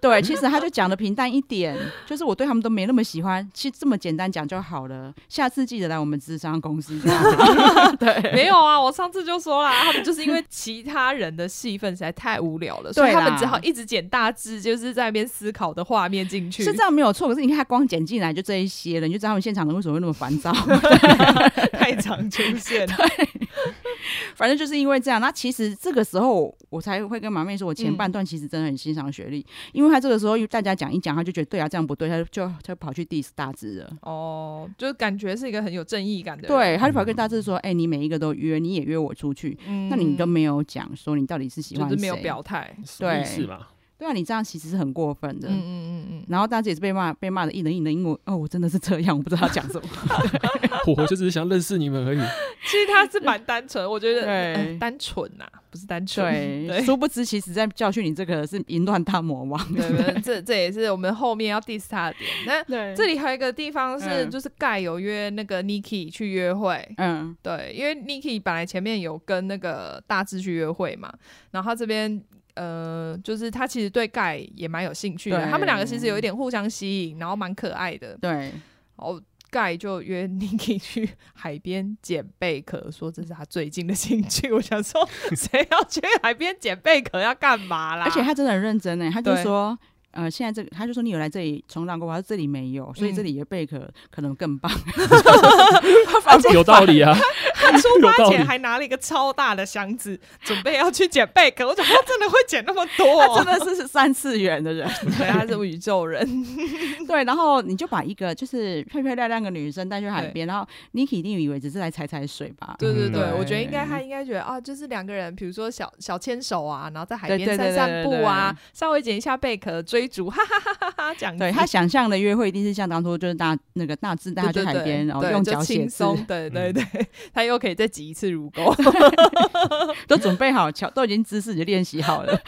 S2: 对，其实他就讲的平淡一点，就是我对他们都没那么喜欢，其实这么简单讲就好了。下次记得来我们智商公司这
S3: [laughs]
S2: 样。对。
S3: [laughs] 没有啊，我上次就说啦，他们就是因为其他人的戏份实在太无聊
S2: 对
S3: 了，所
S2: 啦
S3: 以他们只好一直剪大致，就是在那边思考的画面进
S2: [laughs]
S3: 去。
S2: 是
S3: [laughs]
S2: 这样没有错，可是你看他光剪进来就这一些了，你就知道他们现场人为什么会那么烦躁。
S3: 太常出现
S2: [laughs]
S3: 了。
S2: 反正就是因为这样，那其实这个时候我才会跟马妹说，我前
S3: 嗯
S2: 半段其实真的很欣赏学历，因为他这个时候大家讲一讲，他就觉得对啊，这样不对，他就就就跑去 diss 大致了。
S3: 哦，就感觉是一个很有正义感的人。
S2: 对，他就跑去跟大志说：“哎、你每一个都约，你也约我出去，
S3: 嗯
S2: 那你都没有讲说你到底是喜
S3: 就
S2: 欢
S3: 是
S2: 谁？
S3: 没有表态。
S1: 什么意思嘛？
S2: 对啊，你这样其实是很过分的。
S3: 嗯嗯嗯嗯。
S2: 然后大志也是被骂，被骂的一人一人，因为哦，我真的是这样，我不知道他讲什么。
S3: [laughs]
S1: 我我就只是想认识你们而已。
S3: 其实他是蛮单纯，我觉得、
S2: 对
S3: 呃单纯呐、不是单纯。
S2: 对，殊不知其实在教训你这个是淫乱大魔王。
S3: [laughs] 对对，这这也是我们后面要 diss 他的点。那
S2: 对
S3: 这里还有一个地方是，
S2: 嗯
S3: 就是盖有约那个 Niki 去约会，
S2: 嗯，
S3: 对，因为 Niki 本来前面有跟那个大志去约会嘛，然后他这边呃，就是他其实对盖也蛮有兴趣的，
S2: 对
S3: 他们两个其实有一点互相吸引，然后蛮可爱的，
S2: 对，
S3: 然后盖就约 Niki 去海边捡贝壳，说这是他最近的兴趣。我想说，谁要去海边捡贝壳要干嘛啦？
S2: 而且他真的很认真呢，欸他就
S3: 对
S2: 说。呃，现在这个，他就说你有来这里冲浪过吗，他说这里没有，
S3: 嗯
S2: 所以这里的贝壳可能更
S3: [laughs]
S2: 棒。
S1: 有道理啊，
S3: 他出
S1: [laughs] 有
S3: 发
S1: 道理
S3: 前还拿了一个超大的箱子，准备要去捡贝壳。我想说，真的会捡那么多、
S2: [laughs] 他真的嗯是三次元的人， [laughs]
S3: 对，他是宇宙人。
S2: 对，然后你就把一个就是漂漂亮亮的女生带去海边，然后 Niki 一定以为只是来踩踩水吧？
S3: 对对对，
S1: 嗯
S3: 我觉得应该他应该觉得啊，就是两个人，比如说小小牵手啊，然后在海
S2: 对对
S3: 边散
S2: 对
S3: 散
S2: 对
S3: 步
S2: 对
S3: 啊，稍微捡一下贝壳追逐，哈哈哈哈哈这样子。
S2: 对他想象的约会一定是像当初就是大那个大致带他去
S3: 对对
S2: 海
S3: 对
S2: 边，然后
S3: 对
S2: 用
S3: 就
S2: 脚写
S3: 轻
S2: 字，
S3: 松，对对对，他又可以再挤一次
S2: [laughs]
S3: 乳沟。
S2: 都准备好桥，都已经姿势已经练习好
S3: [laughs]
S2: 了。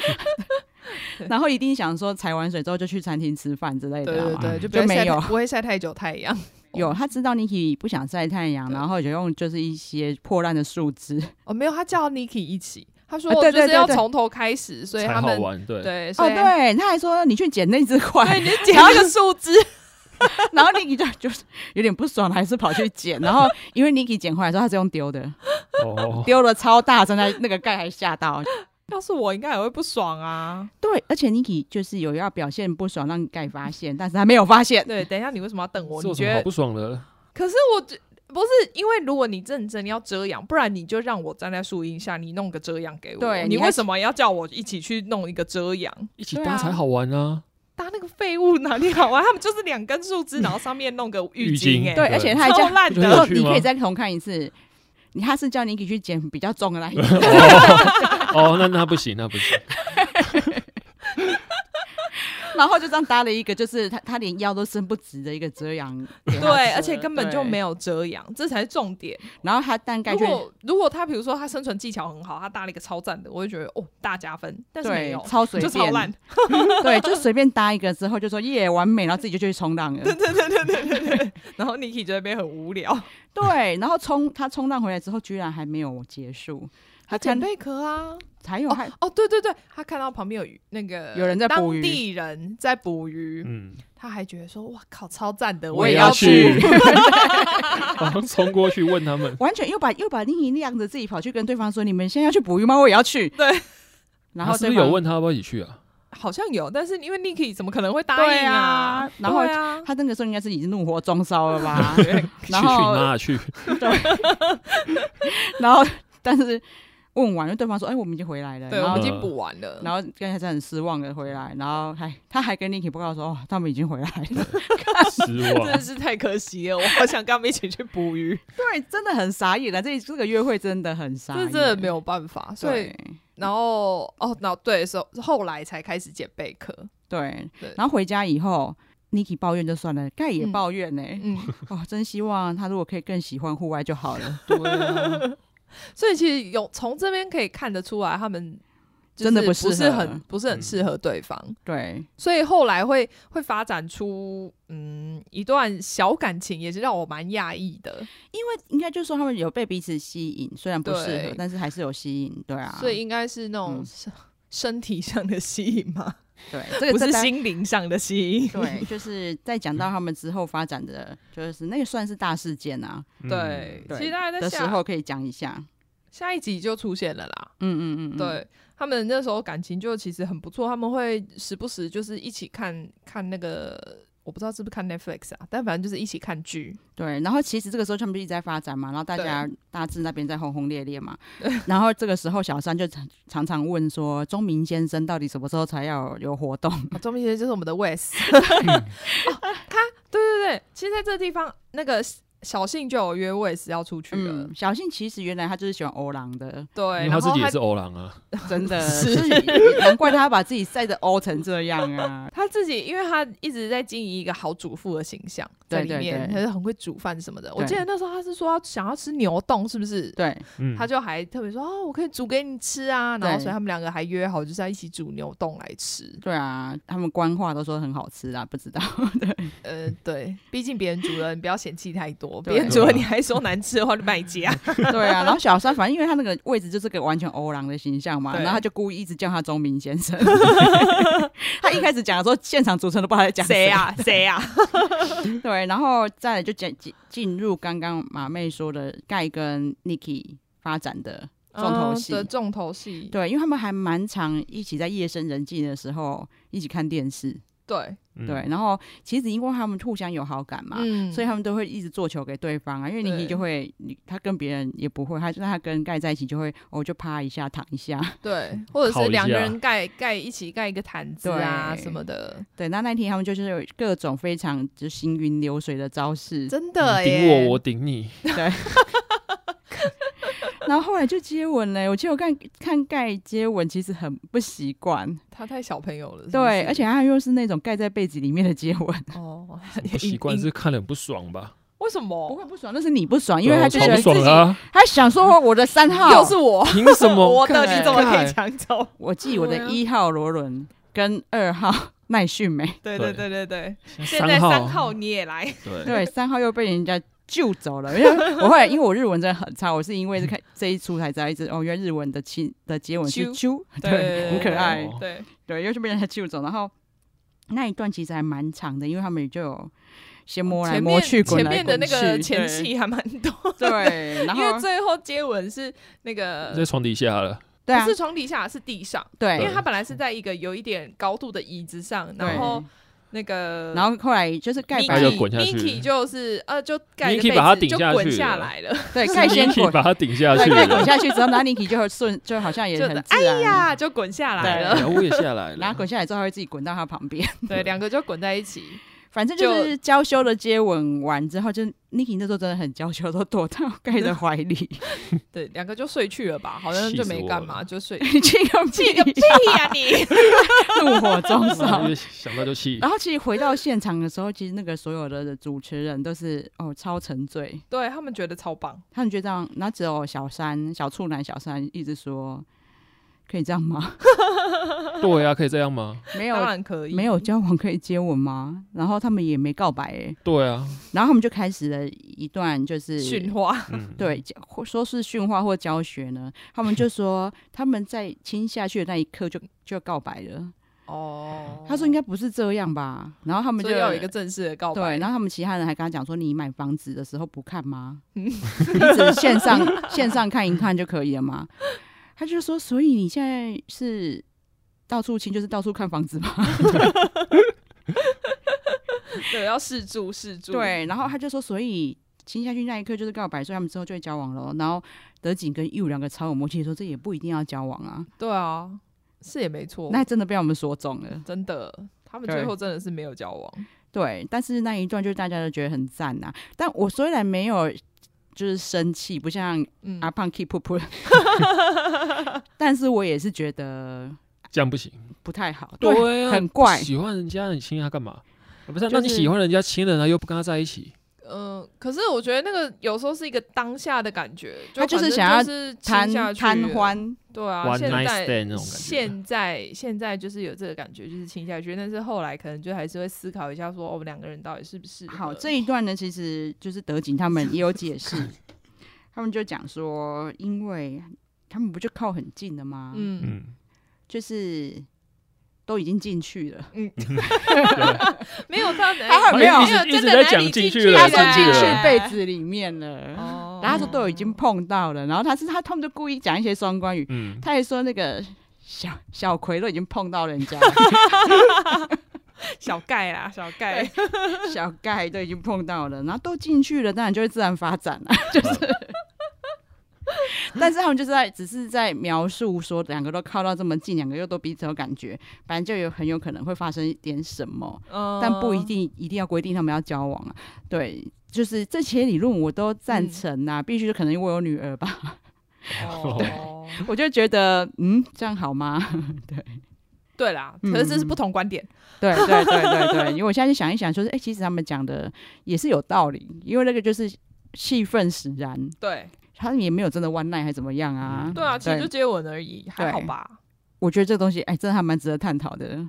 S2: 然后一定想说踩完水之后就去餐厅吃饭之类
S3: 对
S2: 的啊，
S3: 对对，
S1: 嗯
S3: 就不要
S2: 就没
S3: 晒太
S2: 有
S3: 不会晒太久太阳。
S2: 有他知道 Niki 不想晒太阳，
S3: 对
S2: 然后就用就是一些破烂的树枝，
S3: 哦，没有，他叫 Niki 一起。他说
S2: 啊
S3: 我
S2: 对
S3: 就是
S2: 对
S3: 要
S2: 对对
S3: 从头开始，所以
S1: 才
S3: 他
S1: 好
S3: 们
S1: 玩。对，
S3: 对，所
S2: 哦，
S3: 以
S2: 对，他还说你去捡那只
S3: 对，
S2: 块，
S3: 你
S2: [laughs]
S3: 就捡那个树枝，
S2: 然后 Niki 就就是有点不爽，还是跑去捡。然后因为 Niki 捡回来之后，他是用丢的，
S1: 哦，
S2: 丢了超大声，在那个盖还吓到。
S3: [laughs] 要是我应该也会不爽啊。
S2: 对，而且 Niki 就是有要表现不爽，让盖发 [laughs] 现，但是他没有发现。
S3: 对，等一下你为什么要瞪我？
S1: 这
S3: 你
S1: 有什
S3: 觉
S1: 么好
S3: 得？
S1: 不爽的？
S3: 可是我觉不是因为如果你认真要遮阳，不然你就让我站在树荫下，你弄个遮阳给我。
S2: 对
S3: 你
S2: 你还
S3: 为什么要叫我一起去弄一个遮阳？
S1: 一起
S2: 对
S1: 搭
S2: 啊
S1: 才好玩啊！
S3: 搭那个废物哪里好啊玩？他们就是两根树枝，然后上面弄个浴
S1: 浴巾
S3: 哎、
S2: 对，而且他还
S3: 超
S2: 叫
S3: 烂
S1: 不是很有
S2: 说
S3: 的。
S1: 趣
S2: 你可以
S1: 吗
S2: 再重看一次。你他是叫 Niki 去捡比较重的那一个， [laughs]
S1: 哦，那那不行，那不行。
S2: 然后就这样搭了一个，就是他他连腰都伸不直的一个遮阳给他遮。
S3: 对，而且根本就没
S2: 有。
S3: 有遮阳，这才是重点。
S2: 然后他但盖
S3: 如
S2: 却
S3: 果如果他比如说他生存技巧很好，他搭了一个超赞的，我就觉得哦大加分，但是没
S2: 对
S3: 有，
S2: 超随
S3: [laughs] 就超
S2: 便，
S3: 烂。
S2: [laughs] 对，就随便搭一个之后就说耶完美，然后自己就去冲浪
S3: [laughs]
S2: 了。
S3: 然后 Niki 就在那边很无聊，
S2: 对，然后冲他冲浪回来之后，居然还没有结束，他
S3: 捡
S2: 看
S3: 贝壳啊，
S2: 还有还
S3: 哦对对对，他看到旁边有鱼那个
S2: 有人在捕鱼
S3: 当地人在捕鱼，
S1: 嗯，
S3: 他还觉得说哇靠超赞的，
S1: 我
S3: 也
S1: 也
S3: 要
S1: 要去， [laughs] 好像冲过去问他们，
S2: 完全又把又把另一样子自己跑去跟对方说：“你们现在要去捕鱼吗？我也要去。”
S3: 对，
S2: [laughs] 然后
S1: 他是
S2: 对
S1: 不
S2: 方
S1: 是有问他要不要一起去啊？
S3: 好像有，但是因为 Niki 怎么可能会答
S2: 对
S3: 应啊？
S2: 啊，然后
S3: 对啊，
S2: 他那个时候应该是已经怒火中烧了
S1: [laughs]
S2: 吧？
S1: 去去
S2: 然
S1: 你妈
S2: 后
S1: 啊去！
S2: 然后但是问完了，对方说：“哎，我们已经回来了。”
S3: 对，
S2: 然
S3: 我
S2: 后
S3: 们已
S1: 就
S3: 经补完了，
S2: [laughs] 然后刚才是很失望的回来，然后还他还跟 Niki 报告说：“哦，他们已经回来了。 [laughs]
S1: 失
S3: 真的
S1: 望，
S3: 是太可惜了，我好想跟他们一起去捕鱼，”
S2: 对，真的很傻眼了，啊这这个约会真的很傻
S3: 这
S2: 眼，
S3: [laughs] 真的没有办法，所以
S2: 对。
S3: 然后哦，那对，是后来才开始捡贝壳。
S2: 对
S3: 对，
S2: 然后回家以后，Niki 抱怨就算了，盖也
S3: 嗯
S2: 抱怨
S3: [laughs]
S2: 呢、
S3: 嗯，
S2: 哦，真希望他如果可以更喜欢户外就好
S3: [laughs]
S2: 了。
S1: 对啊，
S3: 所以其实有从这边可以看得出来，他们就是
S2: 真的
S3: 不
S2: 不适合
S3: 是很不是很
S1: 嗯
S3: 适合对方，
S2: 对，
S3: 所以后来会会发展出嗯一段小感情，也是让我蛮讶异的。
S2: 因为应该就是说他们有被彼此吸引，虽然不适合
S3: 对，
S2: 但是还是有吸引。对啊，
S3: 所以应该是那种
S2: 嗯
S3: 身身体上的吸引嘛，
S2: 对这个
S3: 不是
S2: 这单
S3: 心灵上的吸引。
S2: 对，就是在讲到他们之后发展的，就是那个算是大事件
S3: [laughs]
S2: 啊
S1: 嗯
S3: 对，
S2: 对
S3: 其实大家在
S2: 的时
S3: 下
S2: 候可以讲一下。
S3: 下一集就出现了啦。
S2: 嗯嗯嗯，嗯，
S3: 对他们那时候感情就其实很不错，他们会时不时就是一起看看那个，我不知道是不是看 Netflix 啊，但反正就是一起
S2: [laughs]
S3: 看剧。
S2: 对。然后其实这个时候他们就一直在发展嘛，然后大家大致那边在轰轰烈烈
S3: [laughs]
S2: 嘛。然后这个时候小三就常常常问说，钟明先生到底什么时候才要有活动？
S3: 啊钟明杰就是我们
S2: [laughs]
S3: 的 Wes，、哦他对对对，其实在这地方那个小信就有约 Wes 要出去了，
S2: 嗯，小信其实原来他就是喜欢欧郎
S3: [laughs]
S2: 的，
S1: 因
S3: 对，
S1: 为他
S3: 然
S1: 自
S3: 后
S1: 己也
S3: 他
S1: 是欧郎啊，
S2: 真的
S3: 是。
S2: 就是难怪他把自己晒得欧成这样啊
S3: 他自己，因为他一直在经营一个好主妇的形象在
S2: 对
S3: 里
S2: 对
S3: 面，
S2: 对
S3: 他是很会煮饭什么的。我
S2: 对
S3: 记得那时候他是说他想要吃牛冻，是不是？
S2: 对
S1: 嗯，
S3: 他就还特别说哦，我可以煮给你吃啊，然后
S2: 对
S3: 所以他们两个还约好就是要一起煮牛冻来吃。
S2: 对啊，他们官话都说很好吃啊啦，不知道。 [laughs]
S3: 呃，对，毕竟别人煮了，你不要嫌弃太多，
S2: 对
S3: 别人煮了你还说难吃的话就卖家。
S2: 对啊，然后小三反正因为他那个位置就是个完全欧郎的形象嘛，
S3: 对
S2: 然后他就故意一直叫他钟明先
S3: [laughs]
S2: 生。 [laughs] 他一开始讲的时候，现场主持人都不知道他在讲
S3: 谁
S2: 啊。
S3: 啊？谁啊？
S2: 对，然后再来就讲进进入刚刚马妹说的盖跟 Niki 发展的 [laughs] 重头戏
S3: 嗯的重头戏。
S2: 对，因为他们还蛮常一起在夜深人静的时候一起看电视，
S3: 对，
S1: 嗯
S2: 对，，然后其实因为他们互相有好感嘛，
S3: 嗯
S2: 所以他们都会一直做球给对方啊，因为
S3: 对
S2: 你就会，你他跟别人也不会，他那他跟盖在一起就会，哦，就趴一下躺一下， [laughs]
S3: 对，或者
S1: 烤
S3: 是
S1: 一
S3: 两个
S1: 下
S3: 人盖盖一起盖一个毯子啊
S2: 对
S3: 什么的，
S2: 对，那那天他们就是有各种非常就行云流水的招式，
S3: 真
S1: 你
S3: 的耶。
S1: 顶我，我顶
S2: [laughs]
S1: 你，
S2: 对。然后后来就接吻嘞，我记得我看看盖接吻其实很不习惯，
S3: 他太小朋友了。是不
S2: 对，
S3: 是
S2: 而且他又是那种盖在被子里面的接吻，
S3: 哦，
S1: 不习惯
S3: 因
S1: 是看得很不爽吧？
S3: 为什
S2: 不
S3: 么？
S2: 会不爽，那是你不爽，因为
S1: 对啊
S2: 他
S1: 我超
S2: 就觉
S1: 不
S2: 得自
S1: 爽
S2: 己，
S1: 的啊，
S2: 他想说我的三号
S3: 又是我，
S1: 凭什
S2: [laughs]
S1: 么
S3: 我的，
S2: 看
S3: 你怎么可以
S1: 看
S3: 抢走？
S2: 我记我
S3: 对啊
S2: 的一号罗伦跟二号 [laughs] 奈绪美，
S3: 对对
S1: 对
S3: 对对对，现
S1: [laughs]
S3: 在
S1: 三
S3: 三
S1: 号，
S3: 号你也来，
S1: 对
S2: 对，三号又被人家救走了。因
S3: [laughs]
S2: 为我后来因为我日文真的很差，我是因为是看这一出才知道一直哦，原来日文的亲的结尾是
S3: 啾
S2: 啾，
S3: 对
S2: [laughs] 对，很可爱
S1: 哦，
S3: 对，
S2: 对，又是被人家救走。然后那一段其实还蛮长的，因为他们也就有先摸来
S3: 前
S2: 摸
S3: 面
S2: 去，滚
S3: 前
S2: 来
S3: 面的
S2: 滚
S3: 那
S2: 去，
S3: 个前
S2: 对
S3: 戏还蛮多的， [laughs]
S2: 对，然
S3: 因为
S2: 后
S3: 最后接吻是那个
S1: 在床底下
S2: [laughs]
S1: 了，
S2: 对啊
S3: 不，是床底下，是地上，因为
S2: 对，
S3: 他本来是在一个有一点高度的椅子上，然后那个，
S2: 然后后来就是盖
S3: Miki-
S1: 他
S2: 板，
S1: 就滚下去
S3: Miki 就是呃，就盖着
S1: Miki
S3: 被
S1: 把他
S3: 子
S1: 顶
S3: 就
S1: 下
S3: 滚
S1: 去
S3: 下
S1: 了
S3: 来了，
S2: 对，盖先
S1: 你
S2: 滚，
S1: 把他顶下
S2: 对，
S1: 去
S2: 盖滚
S1: 了。
S2: 下去之后，然后 Niki 就会顺，就好像也
S3: 就
S2: 很自
S3: 哎
S2: 然，
S3: [laughs] 呀，就滚下来
S2: 嗯对
S3: 了，
S1: 然后我也下来
S2: 然后
S1: 了，
S2: 滚下来之后，他会自己滚到他旁边。 [laughs]
S3: 对，两个就滚在一起，
S2: 反正就是娇羞的接吻完之后，就 Niki 那时候真的很娇羞，都躲到盖的怀里，。
S3: 对，两个就睡去了吧，好像
S1: 气
S3: 就
S1: 死
S3: 没
S1: 我
S3: 干
S1: 了
S3: 嘛，就睡 [laughs]
S2: 气个
S3: 气
S2: 屁
S3: 个
S2: 呀，
S3: 屁呀、你！
S2: [laughs]
S3: [laughs]
S2: 怒火中
S1: [laughs] 然后
S2: 烧
S1: 就。想到就气
S2: [laughs] 然，后其实回到现场的时候，其实那个所有的主持人都是哦超沉醉，
S3: 对他们觉得超棒，
S2: 他们就这样，然后只有小三小处男小三一直说可以这样
S3: [laughs]
S2: 吗？
S1: 对啊呀，可以这样吗？
S2: 没有
S3: 当然可以，
S2: 没有交往可以接吻吗？然后他们也没告白哎，
S1: 对啊，
S2: 然后他们就开始了一段就是
S3: 训话， [laughs]
S1: 嗯，
S2: 对，教或说是训话或教学呢，他们就
S3: [laughs]
S2: 说他们在亲下去的那一刻就就告白了。
S3: 哦
S2: 他说应该不是这样吧，然后他们
S3: 所
S2: 就
S3: 以要有一个正式的告白，
S2: 对，然后他们其他人还跟他讲说，你买房子的时候不看吗？ [laughs] 你只线上线上看一看就可以了吗？他就说，所以你现在是到处亲，就是到处看房子吗？ [laughs]
S3: 对，要试住试住，，
S2: 对，然后他就说，所以。亲下去那一刻就是告白，所以他们之后就会交往了。然后德景跟义武两个超有默契，说这也不一定要交往啊。
S3: 对啊，是也没错，
S2: 那真的被我们说中了。
S3: 真的，他们
S2: 对
S3: 最后真的是没有交往，
S2: 对，但是那一段就是大家都觉得很赞呐、但我虽然没有就是生气，不像
S3: 嗯，
S2: 阿胖 keep 噗
S3: [laughs]
S2: 噗，但是我也是觉得
S1: 这样不行。
S2: 不太好，
S1: 对啊，
S2: 很怪
S1: 喜欢人家，你亲他干嘛？啊不是啊，
S2: 就
S1: 那你
S2: 是
S1: 喜欢人家亲了，然后又不跟他在一起，
S3: 嗯，可是我觉得那个有时候是一个当下的感觉，
S2: 他就
S3: 就是反正
S2: 想要
S3: 就是
S2: 贪
S3: 亲下去
S2: 贪
S3: 了，
S2: 欢，
S3: 对啊，
S1: One
S3: 现
S1: night
S3: 在
S1: stand 那种感觉
S3: 现在现在就是有这个感觉，就是亲下去，但是后来可能就还是会思考一下说，哦我们两个人到底是不是
S2: 好，这一段呢，其实就是德景他们也有解释，
S3: 嗯
S2: [laughs] 他们就讲说，因为他们不就靠很近的吗？嗯，
S3: 嗯
S1: 嗯，
S2: 就是都已经进去了。
S3: 嗯，
S1: 对
S3: 没有到哪里
S2: [laughs] 他很没有
S3: 没
S2: 一
S1: 直
S3: 有
S1: 一
S3: 真
S1: 直
S3: 的哦
S1: 在
S3: 哪
S1: 讲
S3: 里
S1: 进去
S3: 去
S1: 了
S2: 他
S1: 对
S2: 说
S1: 进
S2: 进
S1: 去
S2: 去
S1: 了
S2: 被子里面了，
S3: 哦
S2: 然后他说都已经碰到了，然后他是他他们就故意讲一些双关语，
S1: 嗯，
S2: 他还说那个小小葵都已经碰到人家了，
S3: 小盖啦，小盖，
S2: 小盖都已经碰到了，然后都进去了，当然就会自然发展了， [laughs] 就是。但是他们就是在只是在描述说两个都靠到这么近，两个又都彼此有感觉，反正就有很有可能会发生一点什么，
S3: 嗯
S2: 但不一定一定要规定他们要交往啊。对，就是这些理论我都赞成啊，必须可能我有女儿吧， [laughs]
S3: [laughs] 哦。
S2: 我就觉得嗯这样好吗？ [laughs]
S3: 对啦，
S2: 嗯
S3: 可是这是不同观点，
S2: 对对对对对，因为我现在就想一想，说是哎、其实他们讲的也是有道理，因为那个就是气氛使然，
S3: 对
S2: 他们也没有真的 one night 还怎么样啊。
S1: 嗯
S3: 对啊，其实
S2: 对
S3: 就接吻而已，还好吧？
S2: 我觉得这个东西哎、真的还蛮值得探讨的。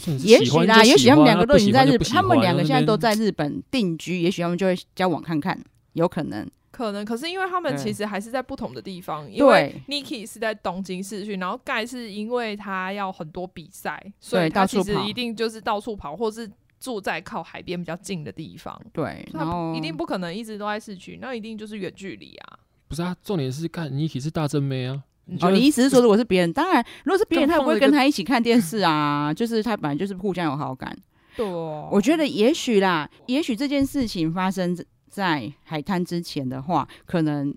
S1: 甚至
S2: 也
S1: 喜
S2: 许
S1: 欢
S2: 啦，
S1: 就
S2: 也
S1: 喜
S2: 许他们
S1: 欢
S2: 两个
S1: 啊
S2: 都已经在日
S1: 不
S2: 本，
S1: 喜
S2: 他
S1: 欢就不喜欢
S2: 们两个现在都
S1: 那边
S2: 在日本定居，也许他们就会交往看看，有可能。
S3: 可能，可是因为他们
S2: 对
S3: 其实还是在不同的地方，因为
S2: 对
S3: Niki 是在东京市区，然后盖是因为他要很多比赛，所以
S2: 对
S3: 他
S2: 到
S3: 其
S2: 处
S3: 实
S2: 跑
S3: 一定就是到处跑，或是住在靠海边比较近的地方。
S2: 对，
S3: 所以
S2: 然
S3: 他
S2: 后哦
S3: 不一定不可能一直都在市区，那一定就是远距离啊。
S1: 不是啊，重点是看 Niki 是大正妹啊，
S2: 哦，你意思是说如果是别人，当然如果是别人，
S1: 就
S2: 他也不
S1: 放了
S2: 会
S1: 一
S2: 跟
S1: 个
S2: 他一起看电视啊， [laughs] 就是他本来就是互相有好感。
S3: 对哦，
S2: 我觉得也许啦，也许这件事情发生在海滩之前的话，可能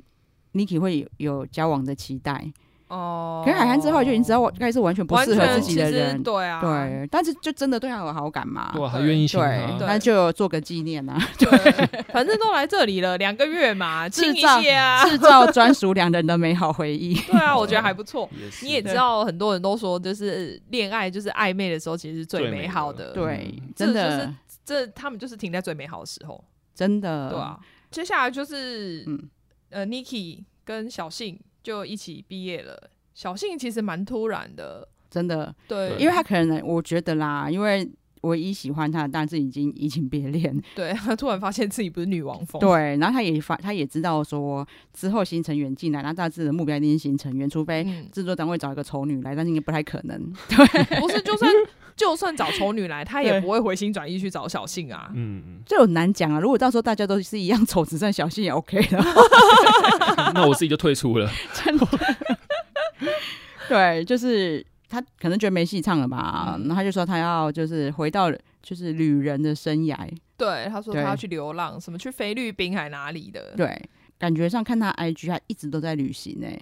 S2: Niki 会有有交往的期待。
S3: 哦，
S2: 可是海滩之后就已经知道我该是完全不
S3: 完
S2: 适合
S3: 全
S2: 自己的
S3: 其实
S2: 人，
S3: 对啊，
S2: 对。但是就真的对他有好感嘛？
S1: 对啊，还
S3: 对
S1: 愿意亲
S2: 对，
S1: 他，
S2: 那就做个纪念啊，
S3: 对，
S2: [laughs]
S3: 反正都来这里了，两个月嘛，
S2: 制
S3: 亲一
S2: 造 [laughs]
S3: 下啊，
S2: 制造专属两人的美好
S1: [laughs]
S2: 回忆。
S3: 对啊，我觉得还
S2: [laughs]
S3: 不错。
S1: 也是
S3: 你也知道，很多人都说，就是恋爱，就是暧昧的时候，其实是最美好的。
S2: 对，
S1: 嗯
S3: 这
S2: 真
S3: 就
S2: 的，
S3: 这他们就是停在最美好的时候，
S2: 真的，
S3: 对啊。接下来就是，
S2: 嗯
S3: 呃，Niki 跟小信就一起毕业了。小信其实蛮突然的，
S2: 真的，
S3: 对，
S2: 因为他可能我觉得啦，因为。唯一喜欢他的，但是已经移情别恋。
S3: 对他突然发现自己不是女王风，
S2: 对，然后他也发，他也知道说之后新成员进来，那大致的目标一定是新成员，除非
S3: 嗯， [laughs]
S2: 制作单位找一个丑女来，但是应该不太可能。
S3: 不是就算就算找丑女来，他也
S2: 对
S3: 不会回心转意去找小幸啊。
S1: 嗯， [laughs]
S2: 这很难讲啊。如果到时候大家都是一样丑，只剩小幸也 OK 了。
S1: 嗯那我自己就退出
S2: [laughs]
S1: 了。
S3: [laughs]
S2: 对，就是他可能觉得没戏唱了
S3: 嗯
S2: 吧，然后他就说他要就是回到就是旅人的生涯。
S3: 对，他说他
S2: 对
S3: 要去流浪，什么去菲律宾还哪里的。，
S2: 对，感觉上看他 IG，他一直都在旅行哎、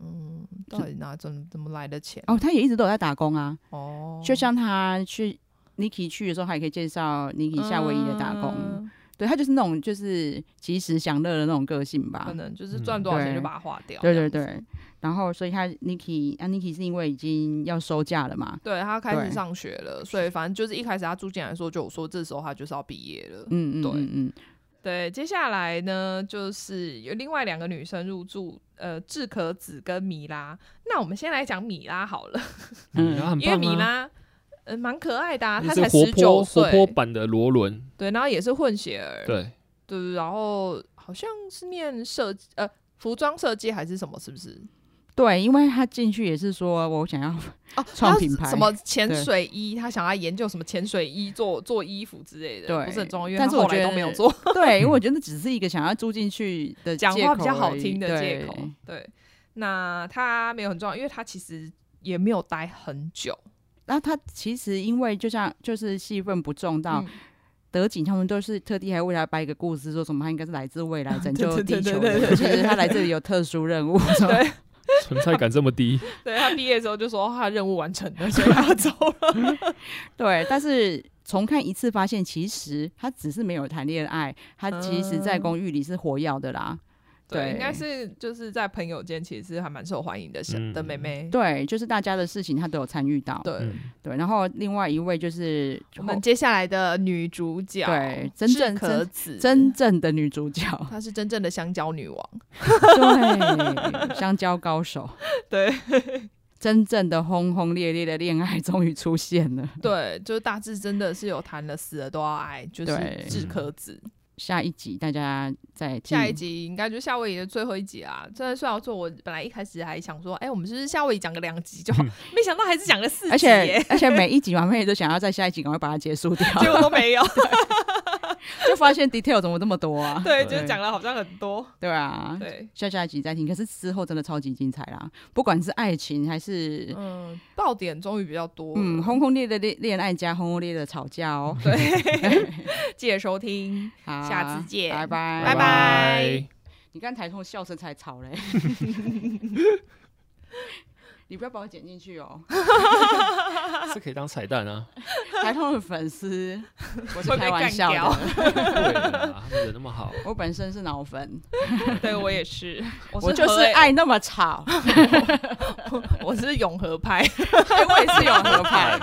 S3: 嗯，到底哪怎么怎么来的钱？
S2: 哦，他也一直都有在打工啊，
S3: 哦，
S2: 就像他去。Niki 去的时候，还可以介绍 Niki 夏威夷的打工，
S3: 嗯
S2: 对他就是那种就是及时享乐的那种个性吧
S3: 可。能就是赚多少钱就把它花掉。
S2: 啊嗯对
S3: 这
S2: 对
S3: 样子
S2: 对，然后所以他 Niki，啊 Niki 是因为已经要收假了嘛，
S3: 对他开始
S2: 对
S3: 上学了，所以反正就是一开始他住进来的时候就有说，这时候他就是要毕业了。
S2: 嗯嗯
S3: 对
S2: 嗯嗯，
S3: 对，接下来呢就是有另外两个女生入住，呃，智可子跟米拉。那我们先来讲米拉好了，
S2: 嗯
S1: 嗯，他很
S3: 因
S1: 棒
S3: 为米
S1: 啊，
S3: 拉。呃，蛮可爱的、啊，
S1: 就
S3: 她
S1: 是
S3: 才
S1: 活
S3: 十九
S1: 泼活泼
S3: 岁，
S1: 版的罗伦，
S3: 对，然后也是混血儿，
S1: 对，
S3: 对，然后好像是念设计，呃，服装设计还是什么，是不是？
S2: 对，因为他进去也是说我想
S3: [laughs]
S2: 要，
S3: 哦，
S2: 创
S3: 他
S2: 品牌
S3: 什么潜水衣，他想要研究什么潜水衣做做衣服之类的，
S2: 对
S3: 不是很重要，因为
S2: 但
S3: 他
S2: 是我
S3: 后来
S2: 觉
S3: 都
S2: 得
S3: 没有做，
S2: 对，因为我觉得只是一个想要住进去的
S3: 讲
S2: 借
S3: 话比较
S2: 口
S3: 好
S2: 而已
S3: 听的借
S2: 对
S3: 口。对，那他没有很重要，因为他其实也没有待很久，
S2: 然后他其实因为就像就是戏份不重到、
S3: 嗯
S2: 德景他们都是特地还为他掰一个故事，说什么他应该是来自未
S3: [laughs]
S2: 来拯救
S3: 对对
S2: 地
S3: 对
S2: 球
S3: 对
S2: 的，
S3: 对
S2: 其实他来这里有特殊任务。什么 [laughs]
S3: 对
S1: 存在感这么低，
S3: 对他毕业之后就说哦他任务完成了，所以他走了。 [laughs]
S2: 对，但是重看一次发现，其实他只是没有谈恋爱，他其实在
S3: 嗯
S2: 公寓里是活跃的啦。
S3: 对，
S2: 对
S3: 应该是就是在朋友间其实是还蛮受欢迎的小、的
S1: 嗯
S3: 妹妹。
S2: 对，就是大家的事情他都有参与到。
S3: 对，
S1: 嗯，
S2: 对，然后另外一位就是
S3: 我们接下来的女主角
S2: 对真正
S3: 智可子，
S2: 真正的女主角，
S3: 她是真正的香蕉女王。
S2: 对，香蕉高手，
S3: 对，
S2: 真正的轰轰烈烈的恋爱终于出现了。
S3: [laughs] 对，就是大致真的是有谈了死了都要爱，就是
S2: 对嗯
S3: 智可子。
S2: 下一集大家再听
S3: 下一，集应该就是夏威夷的最后一集啦。真的虽然说我本来一开始还想说，哎、我们是不是夏威夷讲个两集就好，没想到还是讲了
S2: [laughs]
S3: 四
S2: 而
S3: 集
S2: 且
S3: 耶。
S2: 而且每一集完妹都想要在下一集赶快把它结束
S3: [laughs]
S2: 掉，
S3: 结果
S2: [laughs]
S3: 都没有，
S2: 就发现 detail 怎么这么多啊？
S3: 对，
S1: 对
S3: 就是讲了好像很
S2: [laughs]
S3: 多，
S2: 对啊，
S3: [laughs] 对，
S2: 下下一集再听。可是之后真的超级精彩啦，不管是爱情还是
S3: 嗯，爆点终于比较多，
S2: 嗯轰，轰烈烈的恋恋爱加轰轰烈烈的吵架哦。
S3: 记得收听，
S2: 好，
S3: 嗯下次见
S2: 拜拜
S1: [laughs]
S3: 拜拜
S2: 你刚才从笑声才吵嘞，你不要把我剪进去哦。
S1: 这可以当彩蛋啊， [laughs]
S2: 台通的粉丝，我是
S3: 会被
S2: 开玩笑
S3: 干
S2: 的，
S1: 对啊，他们人那么好，
S2: 我本身是脑粉，
S3: 对我也是，欸我
S2: [laughs] 我就是
S3: 和
S2: 爱那么吵， [laughs]
S3: 我是永和派，
S2: 哎我也是有合 [laughs] 拍。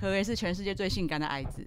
S2: 何为是全世界最性感的矮子？